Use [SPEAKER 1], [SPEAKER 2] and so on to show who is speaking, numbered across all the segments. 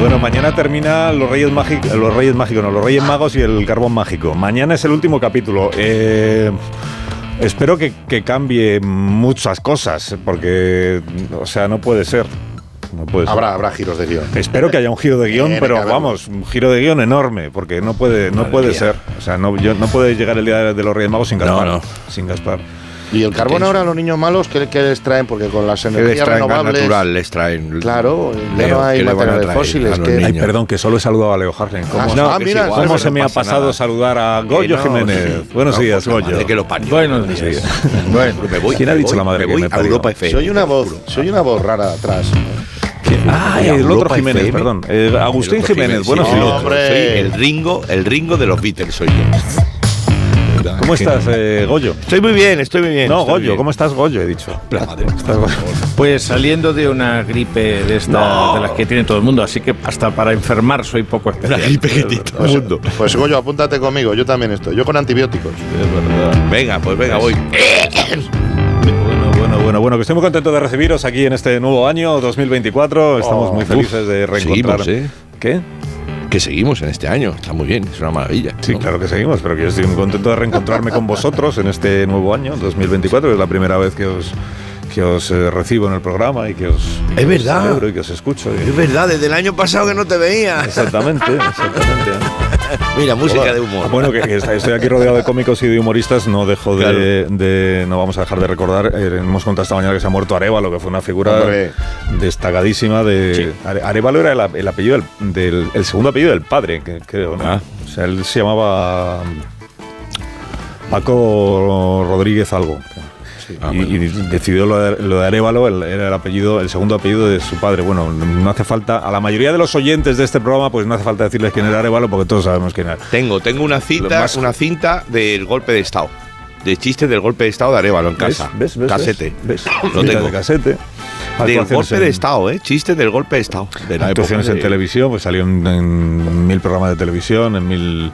[SPEAKER 1] Bueno, mañana termina los Reyes Mágicos, los Reyes Mágicos, no, los Reyes Magos y el Carbón Mágico. Mañana es el último capítulo. Eh, espero que, que cambie muchas cosas, porque, o sea, no puede ser. No puede ser.
[SPEAKER 2] Habrá, habrá giros de guión.
[SPEAKER 1] Espero que haya un giro de guión,
[SPEAKER 2] Tiene que
[SPEAKER 1] pero
[SPEAKER 2] haberlo.
[SPEAKER 1] vamos, un giro de guión enorme, porque no puede, no
[SPEAKER 3] Madre
[SPEAKER 1] puede
[SPEAKER 3] mía.
[SPEAKER 1] ser. O sea, no, yo- no puede llegar el día de los Reyes Magos sin
[SPEAKER 3] No,
[SPEAKER 1] Gaspar.
[SPEAKER 3] no.
[SPEAKER 1] Sin Gaspar.
[SPEAKER 2] Y el carbón ahora a los niños malos, ¿qué, qué les traen? Porque con las
[SPEAKER 3] Que les
[SPEAKER 2] energías
[SPEAKER 3] traen gas
[SPEAKER 2] renovables...
[SPEAKER 3] natural, les traen.
[SPEAKER 2] Claro, ya
[SPEAKER 3] Leo,
[SPEAKER 2] no hay
[SPEAKER 3] ¿qué le van a
[SPEAKER 2] materiales
[SPEAKER 3] traer
[SPEAKER 2] fósiles,
[SPEAKER 3] a los
[SPEAKER 2] que- Ay,
[SPEAKER 1] Ay,
[SPEAKER 3] niños?
[SPEAKER 1] perdón, que solo he saludado a Leo Harlen. ¿Cómo,
[SPEAKER 2] Ah,
[SPEAKER 1] no,
[SPEAKER 2] ah,
[SPEAKER 3] que es
[SPEAKER 2] mira,
[SPEAKER 3] igual,
[SPEAKER 1] ¿cómo
[SPEAKER 3] no
[SPEAKER 1] se me ha
[SPEAKER 3] pasa
[SPEAKER 1] pasado
[SPEAKER 3] nada.
[SPEAKER 1] saludar a Goyo
[SPEAKER 3] Que no,
[SPEAKER 1] Jiménez?
[SPEAKER 3] sí.
[SPEAKER 1] Buenos
[SPEAKER 3] No,
[SPEAKER 1] días,
[SPEAKER 3] por la
[SPEAKER 1] Goyo.
[SPEAKER 3] madre que lo parió.
[SPEAKER 1] Buenos días.
[SPEAKER 2] Bueno,
[SPEAKER 3] Me voy,
[SPEAKER 1] ¿Quién ha
[SPEAKER 3] me
[SPEAKER 1] dicho
[SPEAKER 3] voy,
[SPEAKER 1] la madre
[SPEAKER 3] me
[SPEAKER 1] que
[SPEAKER 3] voy
[SPEAKER 1] me
[SPEAKER 3] a
[SPEAKER 1] parió?
[SPEAKER 3] Europa FM.
[SPEAKER 2] soy una
[SPEAKER 3] te lo
[SPEAKER 2] voz,
[SPEAKER 3] juro.
[SPEAKER 2] soy una voz rara de atrás.
[SPEAKER 1] Ah,
[SPEAKER 3] Ay,
[SPEAKER 1] el otro
[SPEAKER 3] Europa
[SPEAKER 1] Jiménez,
[SPEAKER 3] FM.
[SPEAKER 1] perdón. Eh, Agustín
[SPEAKER 3] El otro
[SPEAKER 1] Jiménez,
[SPEAKER 3] sí,
[SPEAKER 1] buenos
[SPEAKER 3] el
[SPEAKER 2] sí.
[SPEAKER 1] días.
[SPEAKER 3] otro,
[SPEAKER 2] Hombre.
[SPEAKER 3] soy el Ringo, el Ringo de los Beatles soy yo.
[SPEAKER 1] ¿Cómo estás, eh, Goyo?
[SPEAKER 3] Estoy muy bien, estoy muy bien.
[SPEAKER 1] No,
[SPEAKER 3] estoy
[SPEAKER 1] Goyo,
[SPEAKER 3] bien.
[SPEAKER 1] ¿cómo estás, Goyo? He dicho.
[SPEAKER 3] La madre.
[SPEAKER 1] Estás Goyo.
[SPEAKER 4] Pues saliendo de una gripe de estas
[SPEAKER 3] No.
[SPEAKER 4] de las que tiene todo el mundo, así que hasta para enfermar soy poco
[SPEAKER 3] Una
[SPEAKER 4] especial.
[SPEAKER 3] gripe que tiene todo el mundo.
[SPEAKER 2] Pues Goyo, apúntate conmigo, yo también estoy. Yo con antibióticos.
[SPEAKER 3] Venga, pues venga, voy.
[SPEAKER 1] Bueno, bueno, bueno, bueno, que estoy muy contento de recibiros aquí en este nuevo año 2024. Estamos muy felices de
[SPEAKER 3] Oh, Uf,
[SPEAKER 1] reencontrar.
[SPEAKER 3] seguimos, ¿eh?
[SPEAKER 1] ¿Qué?
[SPEAKER 3] Que seguimos en este año. Está muy bien, es una maravilla.
[SPEAKER 1] Sí,
[SPEAKER 3] ¿no?
[SPEAKER 1] claro que seguimos, pero que yo estoy muy contento de reencontrarme con vosotros en este nuevo año 2024. Es la primera vez que os, que os eh, recibo en el programa y que os, y que
[SPEAKER 3] Es
[SPEAKER 1] os
[SPEAKER 3] verdad.
[SPEAKER 1] celebro y que os escucho. y-
[SPEAKER 3] Es verdad, desde el año pasado que no te veía.
[SPEAKER 1] Exactamente, exactamente.
[SPEAKER 3] Mira, música de humor.
[SPEAKER 1] Bueno, que, que está- estoy aquí rodeado de cómicos y de humoristas. No dejo de,
[SPEAKER 3] Claro.
[SPEAKER 1] de- No vamos a dejar de recordar. eh, hemos contado esta mañana que se ha muerto Arevalo, que fue una figura
[SPEAKER 2] Hombre.
[SPEAKER 1] destacadísima. de Are- Arevalo era el, ap- el apellido del, del- el segundo apellido del padre, que, creo. ¿no?
[SPEAKER 3] Ah.
[SPEAKER 1] O sea, él se llamaba um, Paco Rodríguez Algo.
[SPEAKER 3] Ah,
[SPEAKER 1] y,
[SPEAKER 3] bueno.
[SPEAKER 1] y decidió lo de, lo de Arevalo, el, era el apellido, el segundo apellido de su padre. Bueno, no hace falta, a la mayoría de los oyentes de este programa, pues no hace falta decirles quién era Arevalo, porque todos sabemos quién era.
[SPEAKER 3] Tengo, tengo una
[SPEAKER 1] Lo
[SPEAKER 3] cinta,
[SPEAKER 1] más-
[SPEAKER 3] una cinta del golpe de estado. De chistes del golpe de estado de Arevalo en casa.
[SPEAKER 1] ¿Ves? ¿Ves?
[SPEAKER 3] Casete.
[SPEAKER 1] ¿Ves?
[SPEAKER 3] Lo
[SPEAKER 1] Cintas
[SPEAKER 3] tengo.
[SPEAKER 1] de casete.
[SPEAKER 3] Del
[SPEAKER 1] Actuaciones
[SPEAKER 3] golpe de
[SPEAKER 1] en-
[SPEAKER 3] estado, ¿eh? Chistes del golpe de estado. De la época
[SPEAKER 1] actuaciones en
[SPEAKER 3] de-
[SPEAKER 1] televisión, pues salió en, en mil programas de televisión, en mil,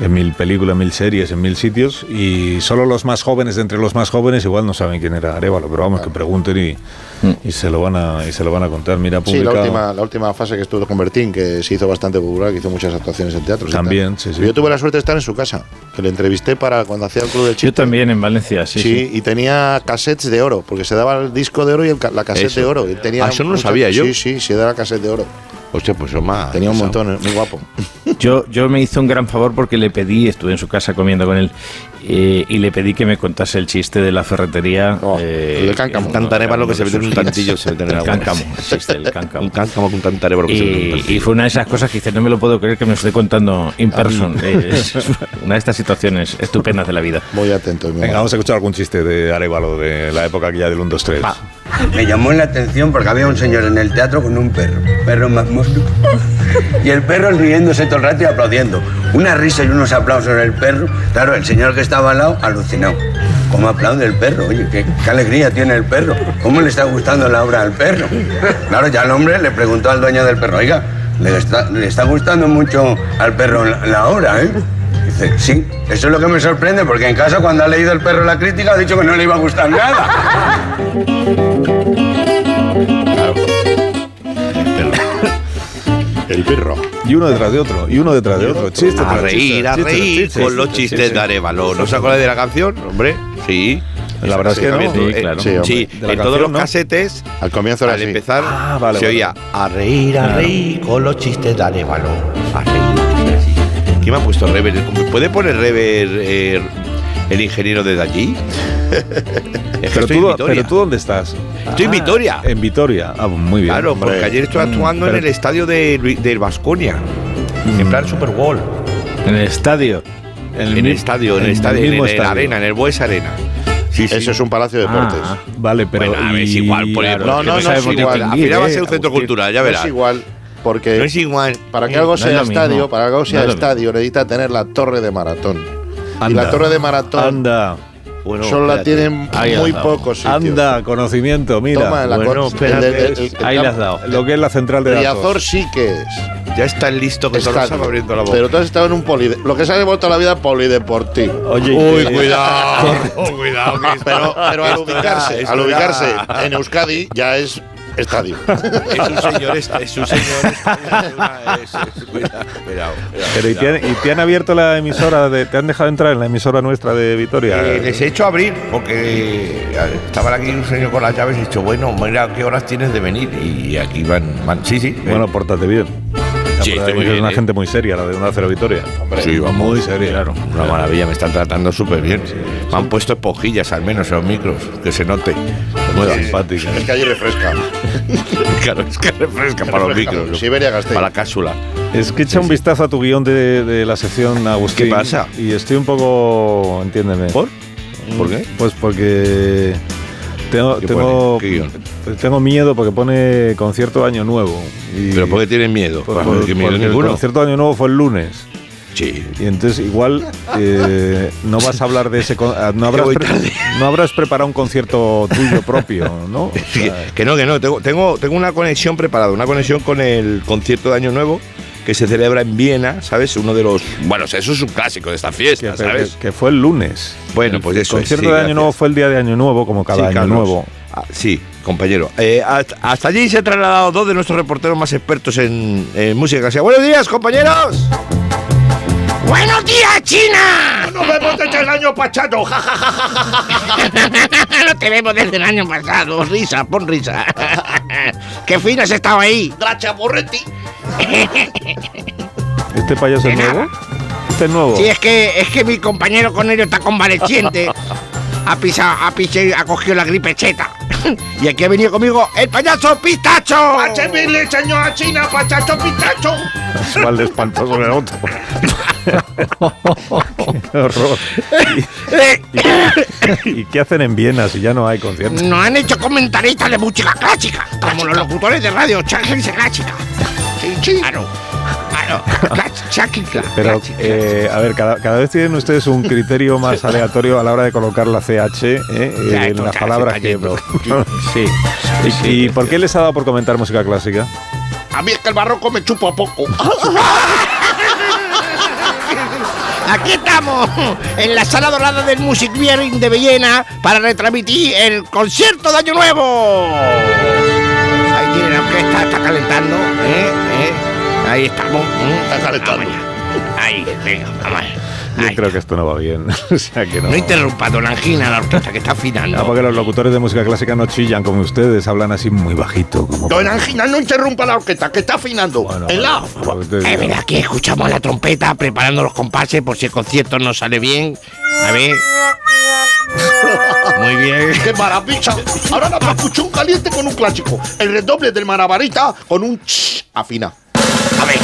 [SPEAKER 1] en mil películas, en mil series, en mil sitios, y solo los más jóvenes, de entre los más jóvenes, igual no saben quién era Arevalo, pero vamos, que pregunten y,
[SPEAKER 3] Mm.
[SPEAKER 1] y se lo van a, y se lo van a contar. Mira, ha
[SPEAKER 2] Sí, la
[SPEAKER 1] publicado-
[SPEAKER 2] última, la última fase que estuvo con Bertín, que se hizo bastante popular, que hizo muchas actuaciones en teatro.
[SPEAKER 1] También, sí, sí.
[SPEAKER 2] Yo tuve la suerte de estar en su casa, que le entrevisté para cuando hacía el Club del Chiste.
[SPEAKER 4] Yo también en Valencia, sí.
[SPEAKER 2] Sí,
[SPEAKER 4] sí.
[SPEAKER 2] y tenía cassettes de oro, porque se daba el disco de oro y el ca- la cassette
[SPEAKER 3] Eso.
[SPEAKER 2] de oro. Y tenía
[SPEAKER 3] Ah, eso no lo
[SPEAKER 2] mucha-
[SPEAKER 3] sabía yo.
[SPEAKER 2] Sí, sí, se daba cassette de oro.
[SPEAKER 3] Hostia, pues son más.
[SPEAKER 2] tenía un montón, eh, muy guapo.
[SPEAKER 4] Yo, yo me hice un gran favor porque le pedí, estuve en su casa comiendo con él, eh, y le pedí que me contase el chiste de la ferretería. eh,
[SPEAKER 2] Oh, el del cáncamo.
[SPEAKER 3] Tanta areva lo que se mete en un tantillo, se mete en
[SPEAKER 4] El
[SPEAKER 3] agua.
[SPEAKER 4] cáncamo, el chiste del
[SPEAKER 3] Un
[SPEAKER 4] cáncamo.
[SPEAKER 3] cáncamo con tanta areva lo que se mete en un
[SPEAKER 4] Y,
[SPEAKER 3] tantillo.
[SPEAKER 4] y fue una de esas cosas que dices, no me lo puedo creer que me lo esté contando in person. Eh, es una de estas situaciones estupendas de la vida.
[SPEAKER 2] Muy atento. mi
[SPEAKER 1] Venga,
[SPEAKER 2] mamá.
[SPEAKER 1] vamos a escuchar algún chiste de Arevalo de la época aquella del 1, 2, 3.
[SPEAKER 5] Me llamó la atención porque había un señor en el teatro con un perro, perro más monstruo. Y el perro riéndose todo el rato y aplaudiendo. Una risa y unos aplausos del perro. Claro, el señor que estaba al lado alucinado. ¿Cómo aplaude el perro? Oye, qué, qué alegría tiene el perro. ¿Cómo le está gustando la obra al perro? Claro, ya el hombre le preguntó al dueño del perro, oiga, le está, le está gustando mucho al perro la, la obra, ¿eh? Dice, sí, eso es lo que me sorprende porque en casa cuando ha leído el perro la crítica ha dicho que no le iba a gustar nada.
[SPEAKER 2] El perro.
[SPEAKER 1] Y uno detrás de otro, y uno detrás de otro. Chiste,
[SPEAKER 3] A
[SPEAKER 1] tras
[SPEAKER 3] reír,
[SPEAKER 1] chiste,
[SPEAKER 3] a
[SPEAKER 1] chiste tras
[SPEAKER 3] reír
[SPEAKER 1] chiste,
[SPEAKER 3] con los
[SPEAKER 1] chiste,
[SPEAKER 3] chistes
[SPEAKER 1] chiste.
[SPEAKER 3] de Arevalo. ¿No se acuerda de la canción? Hombre, sí.
[SPEAKER 1] La verdad es que no.
[SPEAKER 3] Sí,
[SPEAKER 4] Sí, claro.
[SPEAKER 2] Sí, hombre.
[SPEAKER 3] Sí,
[SPEAKER 1] De la
[SPEAKER 3] en todos
[SPEAKER 1] canción,
[SPEAKER 3] los
[SPEAKER 1] ¿no?
[SPEAKER 3] casetes,
[SPEAKER 2] Al comienzo era
[SPEAKER 3] al
[SPEAKER 2] así.
[SPEAKER 3] empezar,
[SPEAKER 1] Ah, vale,
[SPEAKER 3] se
[SPEAKER 1] vale.
[SPEAKER 3] oía a reír, a reír con los chistes de Arevalo. A reír. sí. ¿Quién me ha puesto Rever? ¿Puede poner Rever eh, el ingeniero desde allí? Es que
[SPEAKER 1] Pero
[SPEAKER 3] estoy
[SPEAKER 1] tú,
[SPEAKER 3] en Vitoria.
[SPEAKER 1] pero tú, ¿dónde estás?
[SPEAKER 3] Estoy en Vitoria.
[SPEAKER 1] En Vitoria. Ah, muy bien.
[SPEAKER 3] Claro, porque
[SPEAKER 2] hombre.
[SPEAKER 3] ayer estuve actuando en
[SPEAKER 1] Pero-
[SPEAKER 3] el estadio de, Lu- del Vasconia. En plan Super Bowl.
[SPEAKER 4] En el estadio.
[SPEAKER 3] En el
[SPEAKER 1] mi-
[SPEAKER 3] estadio, en
[SPEAKER 1] en
[SPEAKER 3] el
[SPEAKER 1] el
[SPEAKER 3] estadio, en
[SPEAKER 1] mismo
[SPEAKER 3] el
[SPEAKER 1] estadio.
[SPEAKER 3] arena, en el Bues Arena. Sí, sí.
[SPEAKER 2] Eso es un palacio de deportes.
[SPEAKER 4] Ah,
[SPEAKER 1] Vale, pero.
[SPEAKER 3] Bueno, a ver,
[SPEAKER 1] y-
[SPEAKER 3] es igual, por
[SPEAKER 1] claro,
[SPEAKER 3] ejemplo.
[SPEAKER 2] No,
[SPEAKER 3] que
[SPEAKER 2] no, no
[SPEAKER 3] sabe
[SPEAKER 2] es
[SPEAKER 3] por qué
[SPEAKER 2] igual.
[SPEAKER 3] te
[SPEAKER 2] Al
[SPEAKER 3] envíe,
[SPEAKER 2] final
[SPEAKER 3] va a
[SPEAKER 1] eh,
[SPEAKER 3] ser un centro
[SPEAKER 1] Agustín.
[SPEAKER 3] cultural, ya
[SPEAKER 2] No
[SPEAKER 3] verás.
[SPEAKER 2] es igual. Porque
[SPEAKER 3] No es igual.
[SPEAKER 2] para que
[SPEAKER 3] Eh,
[SPEAKER 2] algo
[SPEAKER 4] no es
[SPEAKER 2] sea
[SPEAKER 4] lo mismo.
[SPEAKER 2] estadio, para que algo sea
[SPEAKER 4] No es lo
[SPEAKER 2] estadio, necesita tener la torre de maratón. y
[SPEAKER 1] Anda.
[SPEAKER 2] la torre de maratón
[SPEAKER 1] Anda,
[SPEAKER 3] Bueno,
[SPEAKER 2] solo la
[SPEAKER 3] espérate.
[SPEAKER 2] tienen
[SPEAKER 4] Ahí
[SPEAKER 2] muy
[SPEAKER 4] has dado.
[SPEAKER 2] pocos sitios.
[SPEAKER 1] anda, conocimiento, mira.
[SPEAKER 2] Toma la
[SPEAKER 3] bueno,
[SPEAKER 2] cor-
[SPEAKER 3] espérate,
[SPEAKER 4] ahí la has
[SPEAKER 2] campo-
[SPEAKER 4] dado.
[SPEAKER 1] Lo que es la central de
[SPEAKER 2] Riazor
[SPEAKER 1] datos.
[SPEAKER 2] sí que es.
[SPEAKER 3] Ya están listos que solo
[SPEAKER 2] estadio.
[SPEAKER 3] están Pues abriendo la boca.
[SPEAKER 2] Pero tú has estado en un poli. Lo que se ha llevado toda la vida polideportivo.
[SPEAKER 1] Oye,
[SPEAKER 3] Uy,
[SPEAKER 1] que-
[SPEAKER 3] cuidado. Oh, cuidado. que esto-
[SPEAKER 2] Pero, pero al
[SPEAKER 3] esto ya-
[SPEAKER 2] ubicarse,
[SPEAKER 3] esto
[SPEAKER 2] al
[SPEAKER 3] ya-
[SPEAKER 2] ubicarse en Euskadi ya es estadio.
[SPEAKER 3] Es un señor, es, es un señor. Es, es- es- cuidado, cuidado,
[SPEAKER 1] Pero ¿y te, han, y te han abierto la emisora, de- te han dejado entrar en la emisora nuestra de Vitoria.
[SPEAKER 3] Eh, les he hecho abrir porque eh, estaban aquí un señor con las llaves y he dicho, bueno, mira qué horas tienes de venir. Y aquí van, van- sí, eh. sí.
[SPEAKER 1] bueno, pórtate bien. La
[SPEAKER 3] Sí, estoy
[SPEAKER 1] verdad
[SPEAKER 3] muy
[SPEAKER 1] que es
[SPEAKER 3] bien,
[SPEAKER 1] una
[SPEAKER 3] eh.
[SPEAKER 1] gente muy seria, la de una cero Vitoria.
[SPEAKER 3] Sí, vamos.
[SPEAKER 1] Muy seria.
[SPEAKER 4] Claro.
[SPEAKER 3] Una maravilla, me están tratando súper bien. Me han puesto esponjillas al menos en los micros, que se note.
[SPEAKER 1] Muy simpática.
[SPEAKER 2] Es que allí refresca.
[SPEAKER 3] Claro, es que refresca para los
[SPEAKER 2] Refresca,
[SPEAKER 3] micros.
[SPEAKER 2] Siberia Gasteiz.
[SPEAKER 3] Para la cápsula.
[SPEAKER 1] Es que echa un vistazo a tu guión de, de la sección Agustín.
[SPEAKER 3] ¿Qué pasa?
[SPEAKER 1] Y estoy un poco, entiéndeme.
[SPEAKER 3] ¿Por? ¿Por qué?
[SPEAKER 1] Pues porque tengo,
[SPEAKER 3] ¿Qué
[SPEAKER 1] tengo, pues
[SPEAKER 3] pone? ¿Qué guión?
[SPEAKER 1] tengo miedo porque pone concierto año nuevo. Y
[SPEAKER 3] Pero porque tienen miedo.
[SPEAKER 1] por-
[SPEAKER 3] Pues,
[SPEAKER 1] por-
[SPEAKER 3] ¿qué miedo
[SPEAKER 1] porque el
[SPEAKER 3] ninguno?
[SPEAKER 1] concierto año nuevo fue el lunes.
[SPEAKER 3] Sí.
[SPEAKER 1] Y entonces igual eh, no vas a hablar de ese con- ah, no habrás,
[SPEAKER 3] voy
[SPEAKER 1] pre-
[SPEAKER 3] tarde.
[SPEAKER 1] no habrás preparado un concierto tuyo propio, ¿no? O
[SPEAKER 3] Sí,
[SPEAKER 1] sea,
[SPEAKER 3] que no, que no. Tengo, tengo, tengo una conexión preparada, una conexión con el concierto de Año Nuevo que se celebra en Viena, ¿sabes? Uno de los. Bueno, o sea, eso es un clásico de esta
[SPEAKER 1] que,
[SPEAKER 3] fiesta, ¿sabes?
[SPEAKER 1] que- que fue el lunes.
[SPEAKER 3] Bueno, pues eso.
[SPEAKER 1] el
[SPEAKER 3] es,
[SPEAKER 1] concierto
[SPEAKER 3] sí,
[SPEAKER 1] de
[SPEAKER 3] gracias.
[SPEAKER 1] año nuevo fue el día de año nuevo, como cada
[SPEAKER 3] Sí,
[SPEAKER 1] año
[SPEAKER 3] Carlos.
[SPEAKER 1] nuevo.
[SPEAKER 3] Ah, sí, compañero. Eh, hasta, hasta allí se han trasladado dos de nuestros reporteros más expertos en, en música. Así que, Buenos días, compañeros. ¡Buenos días, China! ¡Nos vemos desde el año pasado! ¡Ja, ja, ja,
[SPEAKER 6] no te vemos desde el año pasado. Risa, pon risa. Qué fino has estado ahí.
[SPEAKER 3] Gracias, Borretti.
[SPEAKER 1] ¿Este payaso es nuevo? ¿Este es nuevo?
[SPEAKER 6] Sí, es que, es que mi compañero Cornelio está convaleciente. Ha pisado, ha piche- ha cogido la gripe cheta. Y aquí ha venido conmigo el payaso Pistacho.
[SPEAKER 3] ¡Pachemile, señor a China! ¡Pachacho, pitacho!
[SPEAKER 1] Es igual de espantoso que el otro. Qué horror.
[SPEAKER 6] Eh,
[SPEAKER 1] ¿Y qué hacen en Viena si ya no hay conciertos?
[SPEAKER 6] nos han hecho comentaristas de música clásica, como los locutores de radio Charles Clásica. Sí, sí. Claro. Claro. Clas- clásica,
[SPEAKER 1] Pero,
[SPEAKER 6] clásica.
[SPEAKER 1] eh, a ver, cada, cada vez tienen ustedes un criterio más aleatorio a la hora de colocar la CH ¿eh?
[SPEAKER 6] Ya,
[SPEAKER 1] en
[SPEAKER 6] esto
[SPEAKER 1] las
[SPEAKER 6] ya
[SPEAKER 1] palabras
[SPEAKER 6] se está
[SPEAKER 1] que...
[SPEAKER 6] yendo.
[SPEAKER 4] Sí.
[SPEAKER 1] ¿Y, y por qué les ha dado por comentar música clásica?
[SPEAKER 6] A mí es que el barroco me chupa poco. Aquí estamos, en la sala dorada del Music Viering de Villena, para retransmitir el concierto de Año Nuevo. Ahí tiene la orquesta, está calentando. ¿eh? ¿eh? Ahí estamos. ¿eh?
[SPEAKER 2] Está calentando.
[SPEAKER 6] Ahí, venga, vamos.
[SPEAKER 1] Yo
[SPEAKER 6] Ahí.
[SPEAKER 1] creo que esto no va bien. o sea que no.
[SPEAKER 6] No interrumpa, don Angina, la orquesta que está afinando.
[SPEAKER 1] Ah, porque los locutores de música clásica no chillan como ustedes, hablan así muy bajito. Como
[SPEAKER 2] Don Angina, no interrumpa la orquesta, que está afinando.
[SPEAKER 1] Bueno, pues,
[SPEAKER 2] en la...
[SPEAKER 1] Porque ustedes-
[SPEAKER 6] Eh, mira, aquí escuchamos la trompeta preparando los compases por si el concierto no sale bien. A ver. Muy bien.
[SPEAKER 2] ¡Qué maravilla! Ahora la papuchón caliente con un clásico. El redoble del marabarita con un ch afina.
[SPEAKER 6] A ver.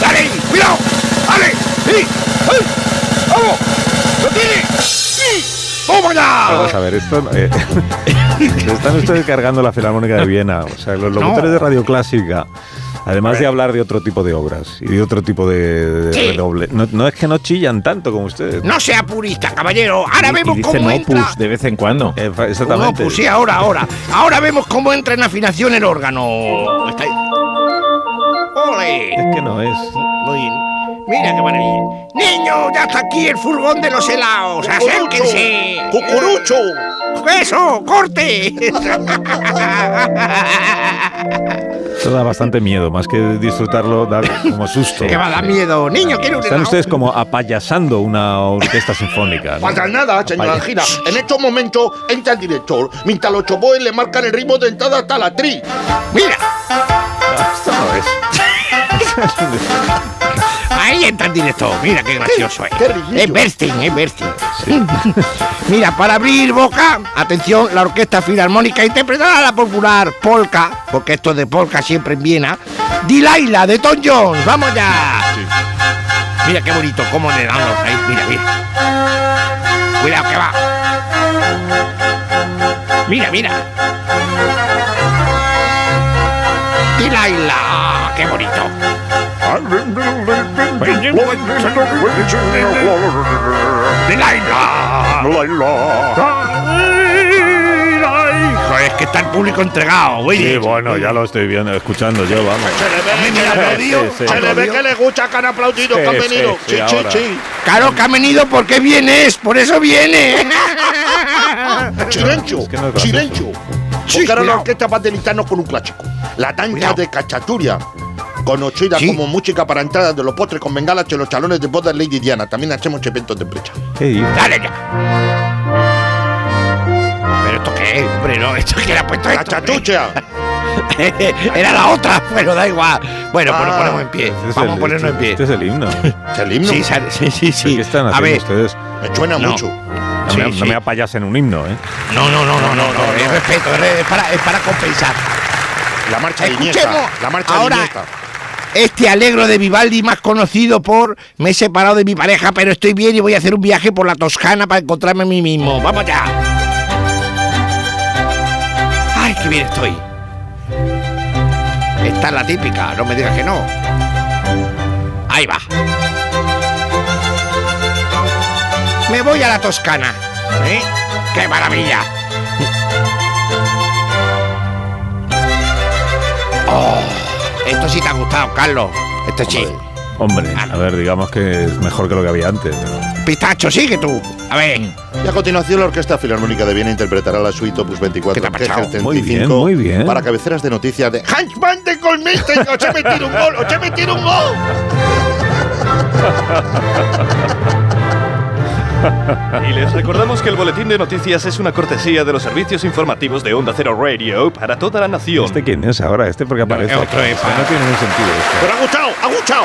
[SPEAKER 6] ¡Dale! ahí, ¡Cuidado! ¡Dale! ¡Sí! ¡Ay! ¡Vamos! ¡Lo tiene! ¡Sí! ¡Toma
[SPEAKER 1] Vamos a
[SPEAKER 6] ya!
[SPEAKER 1] ver, esto. eh, se están ustedes cargando la Filarmónica de Viena. O sea, los locutores de radio clásica, además de hablar de otro tipo de obras y de otro tipo de, de
[SPEAKER 6] Sí.
[SPEAKER 1] redoble, no, no es que no chillan tanto como ustedes.
[SPEAKER 6] No sea purista, caballero. Ahora
[SPEAKER 4] Y- y
[SPEAKER 6] vemos
[SPEAKER 4] dicen
[SPEAKER 6] cómo entra.
[SPEAKER 4] opus de vez en cuando.
[SPEAKER 1] Eh, fa-
[SPEAKER 6] No,
[SPEAKER 1] exactamente.
[SPEAKER 6] pues sí, ahora, ahora. Ahora vemos cómo entra en afinación el órgano. Está ahí. ¡Ole!
[SPEAKER 1] Es que no es.
[SPEAKER 6] Muy bien. Mira qué maravilla. Niños, ya está aquí el furgón de los helados. Acérquense.
[SPEAKER 2] ¡Cucurucho!
[SPEAKER 6] ¡Eso! ¡Corte!
[SPEAKER 1] Esto da bastante miedo, más que disfrutarlo, da como susto.
[SPEAKER 6] que va a dar miedo. Niño, quiero un
[SPEAKER 1] Están
[SPEAKER 6] helado.
[SPEAKER 1] ustedes como apayasando una orquesta sinfónica. ¿no?
[SPEAKER 2] Para nada, señor Angina. En estos momentos entra el director, mientras los choboes le marcan el ritmo de entrada hasta la tri.
[SPEAKER 6] Mira,
[SPEAKER 1] Esto no es.
[SPEAKER 6] ahí entra el director. Mira qué gracioso es.
[SPEAKER 2] Qué riquillo.
[SPEAKER 6] Es Bernstein, es Bernstein. Mira, para abrir boca, atención, la Orquesta Filarmónica interpretará la popular polka, porque esto de polka siempre en Viena. Dilaila de Tom Jones, vamos ya. Mira qué bonito, cómo le dan los ahí. Mira, mira. Cuidado que va. Mira, mira. Dilaila.
[SPEAKER 3] qué bonito. Laila. Joder, es que está el público entregado, güey.
[SPEAKER 1] Sí, bueno, ya lo estoy viendo, escuchando yo, vamos.
[SPEAKER 2] Se le ve,
[SPEAKER 3] me
[SPEAKER 2] que, le ve-
[SPEAKER 3] aplaudió.
[SPEAKER 1] Sí, sí.
[SPEAKER 2] se le ve que le gusta que han aplaudido, que han
[SPEAKER 1] Sí, sí,
[SPEAKER 2] venido.
[SPEAKER 1] sí,
[SPEAKER 2] Sí, sí,
[SPEAKER 1] ahora.
[SPEAKER 2] sí.
[SPEAKER 3] Claro que ha venido porque vienes, por eso viene.
[SPEAKER 2] Silencio,
[SPEAKER 1] Es que no es gracioso.
[SPEAKER 2] silencio.
[SPEAKER 3] Sí,
[SPEAKER 2] Porque ahora la
[SPEAKER 3] cuidado.
[SPEAKER 2] orquesta va a deleitarnos con un clásico. La danza
[SPEAKER 3] Cuidado.
[SPEAKER 2] de Cachaturia, conocida
[SPEAKER 3] Sí.
[SPEAKER 2] como música para entradas de los postres con bengalas en los salones de bodas Lady Diana. También hacemos eventos de brecha.
[SPEAKER 1] ¿Qué dices?
[SPEAKER 3] Dale ya. ¿Pero esto qué es, hombre? No, esto que le ha puesto esto, hombre?
[SPEAKER 2] ¡Cachatucha!
[SPEAKER 3] Era la otra, pero da igual. Bueno, pues lo
[SPEAKER 2] Ah,
[SPEAKER 3] ponemos en pie.
[SPEAKER 1] Este es
[SPEAKER 3] Vamos a
[SPEAKER 1] el-
[SPEAKER 3] ponernos en pie.
[SPEAKER 1] Este es el himno.
[SPEAKER 2] Es el himno.
[SPEAKER 3] Sí, sale- sí, sí, sí.
[SPEAKER 1] ¿Qué están
[SPEAKER 3] a
[SPEAKER 1] haciendo
[SPEAKER 3] ver,
[SPEAKER 1] ustedes?
[SPEAKER 2] Me suena
[SPEAKER 3] No.
[SPEAKER 2] mucho.
[SPEAKER 1] No,
[SPEAKER 3] sí,
[SPEAKER 1] me,
[SPEAKER 3] sí.
[SPEAKER 1] no me apayas en un himno, ¿eh?
[SPEAKER 3] no, no, no, no, no, no, es respeto, eh, es para, es para compensar.
[SPEAKER 2] La marcha de
[SPEAKER 3] Escuchemos
[SPEAKER 2] Iniesta. La marcha
[SPEAKER 3] ahora-
[SPEAKER 2] de Iniesta.
[SPEAKER 3] Este alegro de Vivaldi, más conocido por Me he separado de mi pareja, pero estoy bien y voy a hacer un viaje por la Toscana para encontrarme a mí mismo. ¡Vamos allá! ¡Ay, qué bien estoy! Esta es la típica, no me digas que no. Ahí va. Me voy a la Toscana. ¿eh? ¡Qué maravilla! Oh, Esto sí te ha gustado, Carlos. Esto sí.
[SPEAKER 1] Hombre, a ver, digamos que es mejor que lo que había antes.
[SPEAKER 3] Pistacho, sigue tú. A ver.
[SPEAKER 2] Y a continuación, la Orquesta Filarmónica de Viena interpretará la suite Opus 24,
[SPEAKER 3] ¿Qué te ha
[SPEAKER 2] Kegel
[SPEAKER 3] pasado?
[SPEAKER 2] 35,
[SPEAKER 1] Muy bien, muy bien.
[SPEAKER 2] para cabeceras de noticias de Hans van de Golmisten. ¡Os he metido un gol! ¡Os he metido un gol!
[SPEAKER 7] Y les recordamos que el boletín de noticias es una cortesía de los servicios informativos de Onda Cero Radio para toda la nación.
[SPEAKER 1] ¿Este quién es ahora? ¿Este porque aparece?
[SPEAKER 3] es otro, es
[SPEAKER 1] O sea, no tiene ningún sentido esto.
[SPEAKER 2] ¡Pero ha gustado! ¡Ha gustado!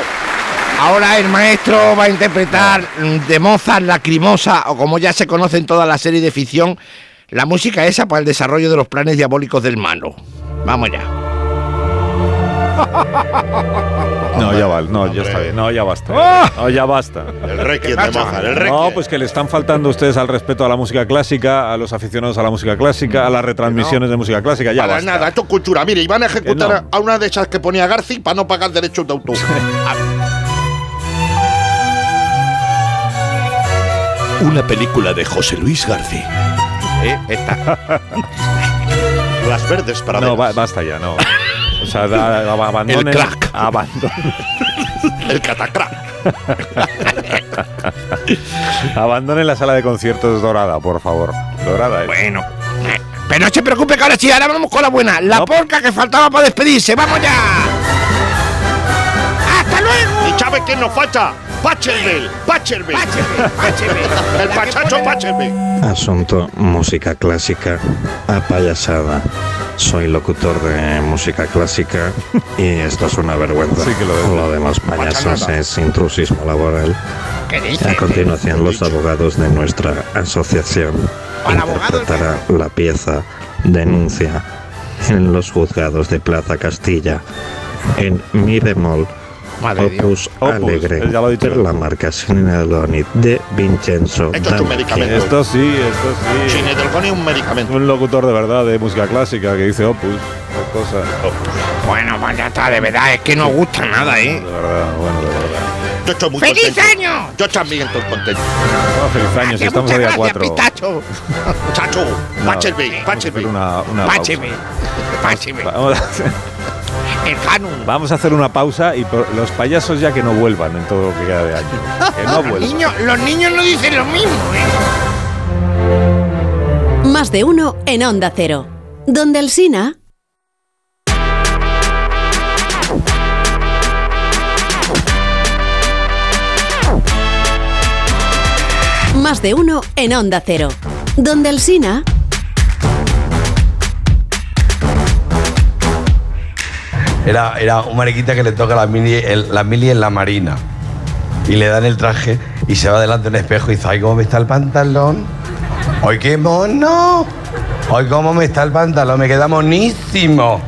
[SPEAKER 3] Ahora el maestro va a interpretar mm, de Mozart Lacrimosa, o como ya se conoce en toda la serie de ficción, la música esa para el desarrollo de los planes diabólicos del malo. Vamos ya.
[SPEAKER 1] No, ya va, no, ya está bien. No, ya basta. No, ya basta.
[SPEAKER 2] El Requiem de Mozart, el Requiem.
[SPEAKER 1] No, pues que le están faltando ustedes al respeto a la música clásica, a los aficionados a la música clásica, a las retransmisiones de música clásica. Ya
[SPEAKER 2] Para
[SPEAKER 1] basta.
[SPEAKER 2] nada, esto es cultura. Mire, y van a ejecutar
[SPEAKER 1] Que no.
[SPEAKER 2] a una de esas que ponía Garci para no pagar derechos de autor.
[SPEAKER 7] Una película de José Luis García.
[SPEAKER 3] Eh, Esta.
[SPEAKER 2] Las verdes para
[SPEAKER 1] No,
[SPEAKER 2] venas.
[SPEAKER 1] ba- basta ya, no. O sea, da- da- abandonen.
[SPEAKER 7] El crack.
[SPEAKER 1] abandonen-
[SPEAKER 2] El catacrá.
[SPEAKER 1] abandonen la sala de conciertos dorada, por favor. Dorada, ¿eh?
[SPEAKER 3] Bueno. Pero no se preocupe que ahora sí, ahora vamos con la buena. La
[SPEAKER 1] No.
[SPEAKER 3] porca que faltaba para despedirse. ¡Vamos ya! ¡Hasta luego!
[SPEAKER 2] ¿Y sabes quién nos falta? Pachelbel, Pachelbel.
[SPEAKER 3] Pácheme, pácheme.
[SPEAKER 2] El pachacho Pachelbel.
[SPEAKER 8] Asunto música clásica apayasada. Soy locutor de música clásica y esto es una vergüenza.
[SPEAKER 1] Sí que lo es.
[SPEAKER 8] de los payasos es intrusismo laboral.
[SPEAKER 3] ¿Qué
[SPEAKER 8] A
[SPEAKER 3] dices?
[SPEAKER 8] continuación, los abogados de nuestra asociación
[SPEAKER 3] Al abogado este?
[SPEAKER 8] interpretará la pieza Denuncia en los juzgados de Plaza Castilla en mi bemol.
[SPEAKER 3] Madre de Dios.
[SPEAKER 8] Opus,
[SPEAKER 1] Opus,
[SPEAKER 8] Alegre,
[SPEAKER 1] ya lo he dicho.
[SPEAKER 8] per la marca Sineloni de Vincenzo.
[SPEAKER 2] Esto es un
[SPEAKER 8] Danti.
[SPEAKER 2] medicamento.
[SPEAKER 1] Esto sí, esto sí.
[SPEAKER 2] Sinedelcon es un medicamento.
[SPEAKER 1] Un locutor de verdad de música clásica que dice opus. qué Cosa.
[SPEAKER 3] Bueno, pues ya está, de verdad, es que no gusta nada,
[SPEAKER 1] De
[SPEAKER 3] ¿eh?
[SPEAKER 1] verdad, bueno, de verdad.
[SPEAKER 2] Yo estoy muy
[SPEAKER 3] ¡Feliz
[SPEAKER 2] contento.
[SPEAKER 3] año!
[SPEAKER 2] Yo también estoy contento.
[SPEAKER 1] Bueno, feliz año, si
[SPEAKER 3] Gracias,
[SPEAKER 1] estamos a
[SPEAKER 3] muchas
[SPEAKER 1] día
[SPEAKER 3] gracias,
[SPEAKER 1] 4.
[SPEAKER 3] Pistacho.
[SPEAKER 2] Chacho, Pachelbel, Pachelbel.
[SPEAKER 1] Una, una pausa.
[SPEAKER 3] Pácheme, pácheme.
[SPEAKER 1] Vamos a, hacer,
[SPEAKER 3] El Hanum.
[SPEAKER 1] vamos a hacer una pausa y por- los payasos ya que no vuelvan en todo lo que queda de año. Que no
[SPEAKER 3] Los
[SPEAKER 1] vuelvan.
[SPEAKER 3] niños, los niños no dicen lo mismo, ¿eh?
[SPEAKER 9] Más de uno en Onda Cero. Donde el Sina. Más de uno en Onda Cero. Donde el Sina.
[SPEAKER 5] Era, era un mariquita que le toca la mili, el- la mili en la marina. Y le dan el traje y se va delante de un espejo y dice, ay, cómo me está el pantalón. ¡Ay, qué mono! ¡Ay, cómo me está el pantalón! Me queda monísimo.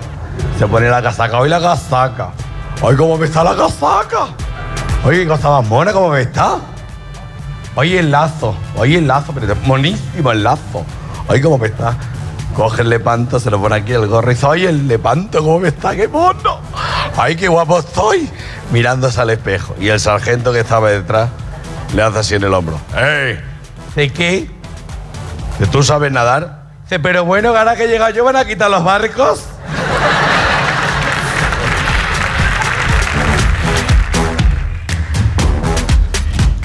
[SPEAKER 5] Se pone la casaca, hoy la casaca. ¡Ay, cómo me está la casaca! ¡Oye, qué cosa más mona, cómo me está! Oye, el lazo, oye, el lazo, pero monísimo el lazo. Oye, cómo me está. Coge el lepanto, se lo pone aquí el gorro y dice, oye, el lepanto, cómo me está, qué mono. ¡Ay, qué guapo estoy! Mirándose al espejo. Y el sargento que estaba detrás le hace así en el hombro. ¡Ey! ¿De qué? ¿De tú sabes nadar? Dice, pero bueno, ahora que he llegado yo van a quitar los barcos.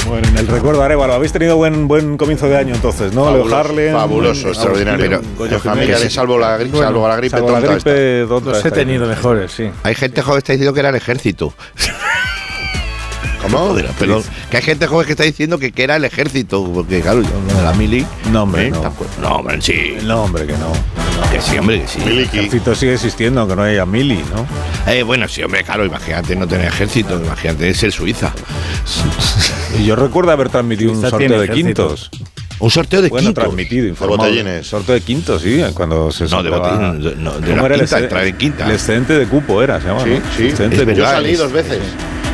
[SPEAKER 1] Bueno, en el recuerdo, Arevalo, habéis tenido buen, buen comienzo de año entonces, ¿no? Leo
[SPEAKER 3] Fabuloso,
[SPEAKER 1] Harlem,
[SPEAKER 3] fabuloso, extraordinario.
[SPEAKER 1] Goyo
[SPEAKER 3] Déjame que
[SPEAKER 1] Jiménez.
[SPEAKER 3] le salvo la gri- salvo la gripe
[SPEAKER 1] salvo la
[SPEAKER 3] tonta
[SPEAKER 2] este.
[SPEAKER 1] gripe
[SPEAKER 3] esta.
[SPEAKER 1] tonta
[SPEAKER 3] Los he
[SPEAKER 1] esta.
[SPEAKER 3] tenido
[SPEAKER 6] mejores, sí.
[SPEAKER 3] Hay gente joven que está diciendo que era el ejército. ¿Cómo? Perdón. Que hay gente joven que está diciendo que, que era el ejército. Porque, claro, yo lo de la mili. ¿eh?
[SPEAKER 1] No, hombre, no.
[SPEAKER 3] tampoco- no. hombre, sí.
[SPEAKER 1] No, hombre, que no.
[SPEAKER 3] Que sí, hombre, que sí.
[SPEAKER 1] El ejército sigue existiendo, aunque no haya mili, ¿no?
[SPEAKER 3] Eh, bueno, sí, hombre, claro, imagínate no tener ejército, imagínate ser Suiza.
[SPEAKER 1] Y yo recuerdo haber transmitido un
[SPEAKER 3] Suiza
[SPEAKER 1] sorteo
[SPEAKER 3] tiene
[SPEAKER 1] de
[SPEAKER 3] ejército.
[SPEAKER 1] quintos.
[SPEAKER 3] ¿Un sorteo de
[SPEAKER 1] bueno,
[SPEAKER 3] quintos?
[SPEAKER 1] transmitido,
[SPEAKER 3] De
[SPEAKER 1] informado.
[SPEAKER 3] botellines.
[SPEAKER 1] Sorteo de quintos, sí, cuando se
[SPEAKER 3] No, de
[SPEAKER 1] sorteaba-
[SPEAKER 3] botellines, no,
[SPEAKER 1] ¿Cómo era
[SPEAKER 3] de la
[SPEAKER 1] el
[SPEAKER 3] quinta,
[SPEAKER 1] excedente?
[SPEAKER 3] entrar en quinta.
[SPEAKER 1] El excedente de cupo era, se llama,
[SPEAKER 3] Sí,
[SPEAKER 1] ¿no?
[SPEAKER 3] sí.
[SPEAKER 1] Excedente
[SPEAKER 3] Es
[SPEAKER 1] de
[SPEAKER 3] verdad,
[SPEAKER 1] cupo.
[SPEAKER 3] Yo salí dos veces.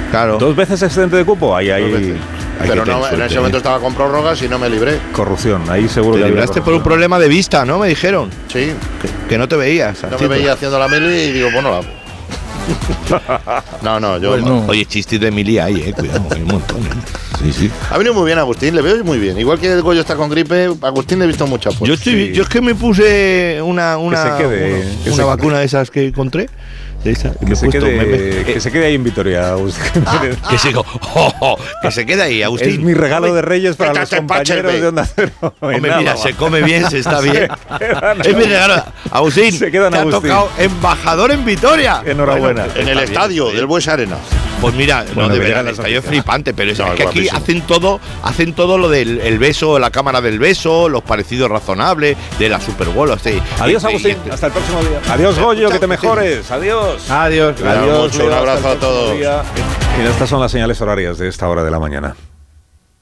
[SPEAKER 1] Claro. ¿Dos veces excedente de cupo? Ahí, ahí. hay
[SPEAKER 3] Pero
[SPEAKER 1] que
[SPEAKER 3] no,
[SPEAKER 1] tener
[SPEAKER 3] en ese
[SPEAKER 1] suerte,
[SPEAKER 3] momento
[SPEAKER 1] ¿eh?
[SPEAKER 3] estaba con prórrogas y no me libré.
[SPEAKER 1] Corrupción, ahí seguro
[SPEAKER 3] Te
[SPEAKER 1] que había
[SPEAKER 3] libraste por un
[SPEAKER 1] corrupción.
[SPEAKER 3] problema de vista, ¿no? Me dijeron. Sí. Que, que no te veías.
[SPEAKER 1] No me veía
[SPEAKER 3] haciendo la mili y digo, bueno, la No, no, yo.
[SPEAKER 1] Pues no.
[SPEAKER 3] Oye, chistes de mili hay, eh. Cuidado, hay un montón. Sí, sí. Ha venido muy bien Agustín, le veo muy bien. Igual que el Goyo está con gripe, Agustín le he visto mucha fuerza. Yo, estoy,
[SPEAKER 2] Sí.
[SPEAKER 3] yo es que me puse una, una,
[SPEAKER 1] se quede,
[SPEAKER 3] una-
[SPEAKER 1] que
[SPEAKER 3] una
[SPEAKER 1] se-
[SPEAKER 3] vacuna de esas que encontré. De esa,
[SPEAKER 1] Que se, quede, que se quede ahí en Vitoria, Agustín.
[SPEAKER 3] que sigo. que se queda ahí, Agustín.
[SPEAKER 1] Es mi regalo de Reyes para los compañeros de Onda Cero.
[SPEAKER 3] Hombre,
[SPEAKER 1] Nada
[SPEAKER 3] mira,
[SPEAKER 1] más.
[SPEAKER 3] se come bien, se está bien.
[SPEAKER 1] Se quedan
[SPEAKER 3] es mi regalo. Agustín,
[SPEAKER 1] Se quedan
[SPEAKER 3] te ha
[SPEAKER 1] Agustín.
[SPEAKER 3] tocado embajador en Vitoria.
[SPEAKER 1] Enhorabuena.
[SPEAKER 3] en el estadio del Bues Arena. Pues mira,
[SPEAKER 1] Bueno,
[SPEAKER 3] no, de
[SPEAKER 1] me llegan
[SPEAKER 3] verdad, el
[SPEAKER 1] las
[SPEAKER 3] estadio es
[SPEAKER 1] noticias.
[SPEAKER 3] flipante, pero es,
[SPEAKER 1] No,
[SPEAKER 3] es que aquí
[SPEAKER 1] guapísimo.
[SPEAKER 3] hacen todo, hacen todo lo del el beso, la cámara del beso, los parecidos razonables, de la Super Bowl. así.
[SPEAKER 1] Adiós,
[SPEAKER 3] Y- y-
[SPEAKER 1] Agustín.
[SPEAKER 3] y-
[SPEAKER 1] Hasta el próximo día. Adiós, Goyo, que te mejores. Adiós.
[SPEAKER 6] Adiós.
[SPEAKER 3] Adiós, mucho, un
[SPEAKER 1] Leo, hasta
[SPEAKER 3] abrazo
[SPEAKER 1] el
[SPEAKER 3] a
[SPEAKER 1] próximo
[SPEAKER 3] todos.
[SPEAKER 1] día. Mira, estas son las señales horarias de esta hora de la mañana.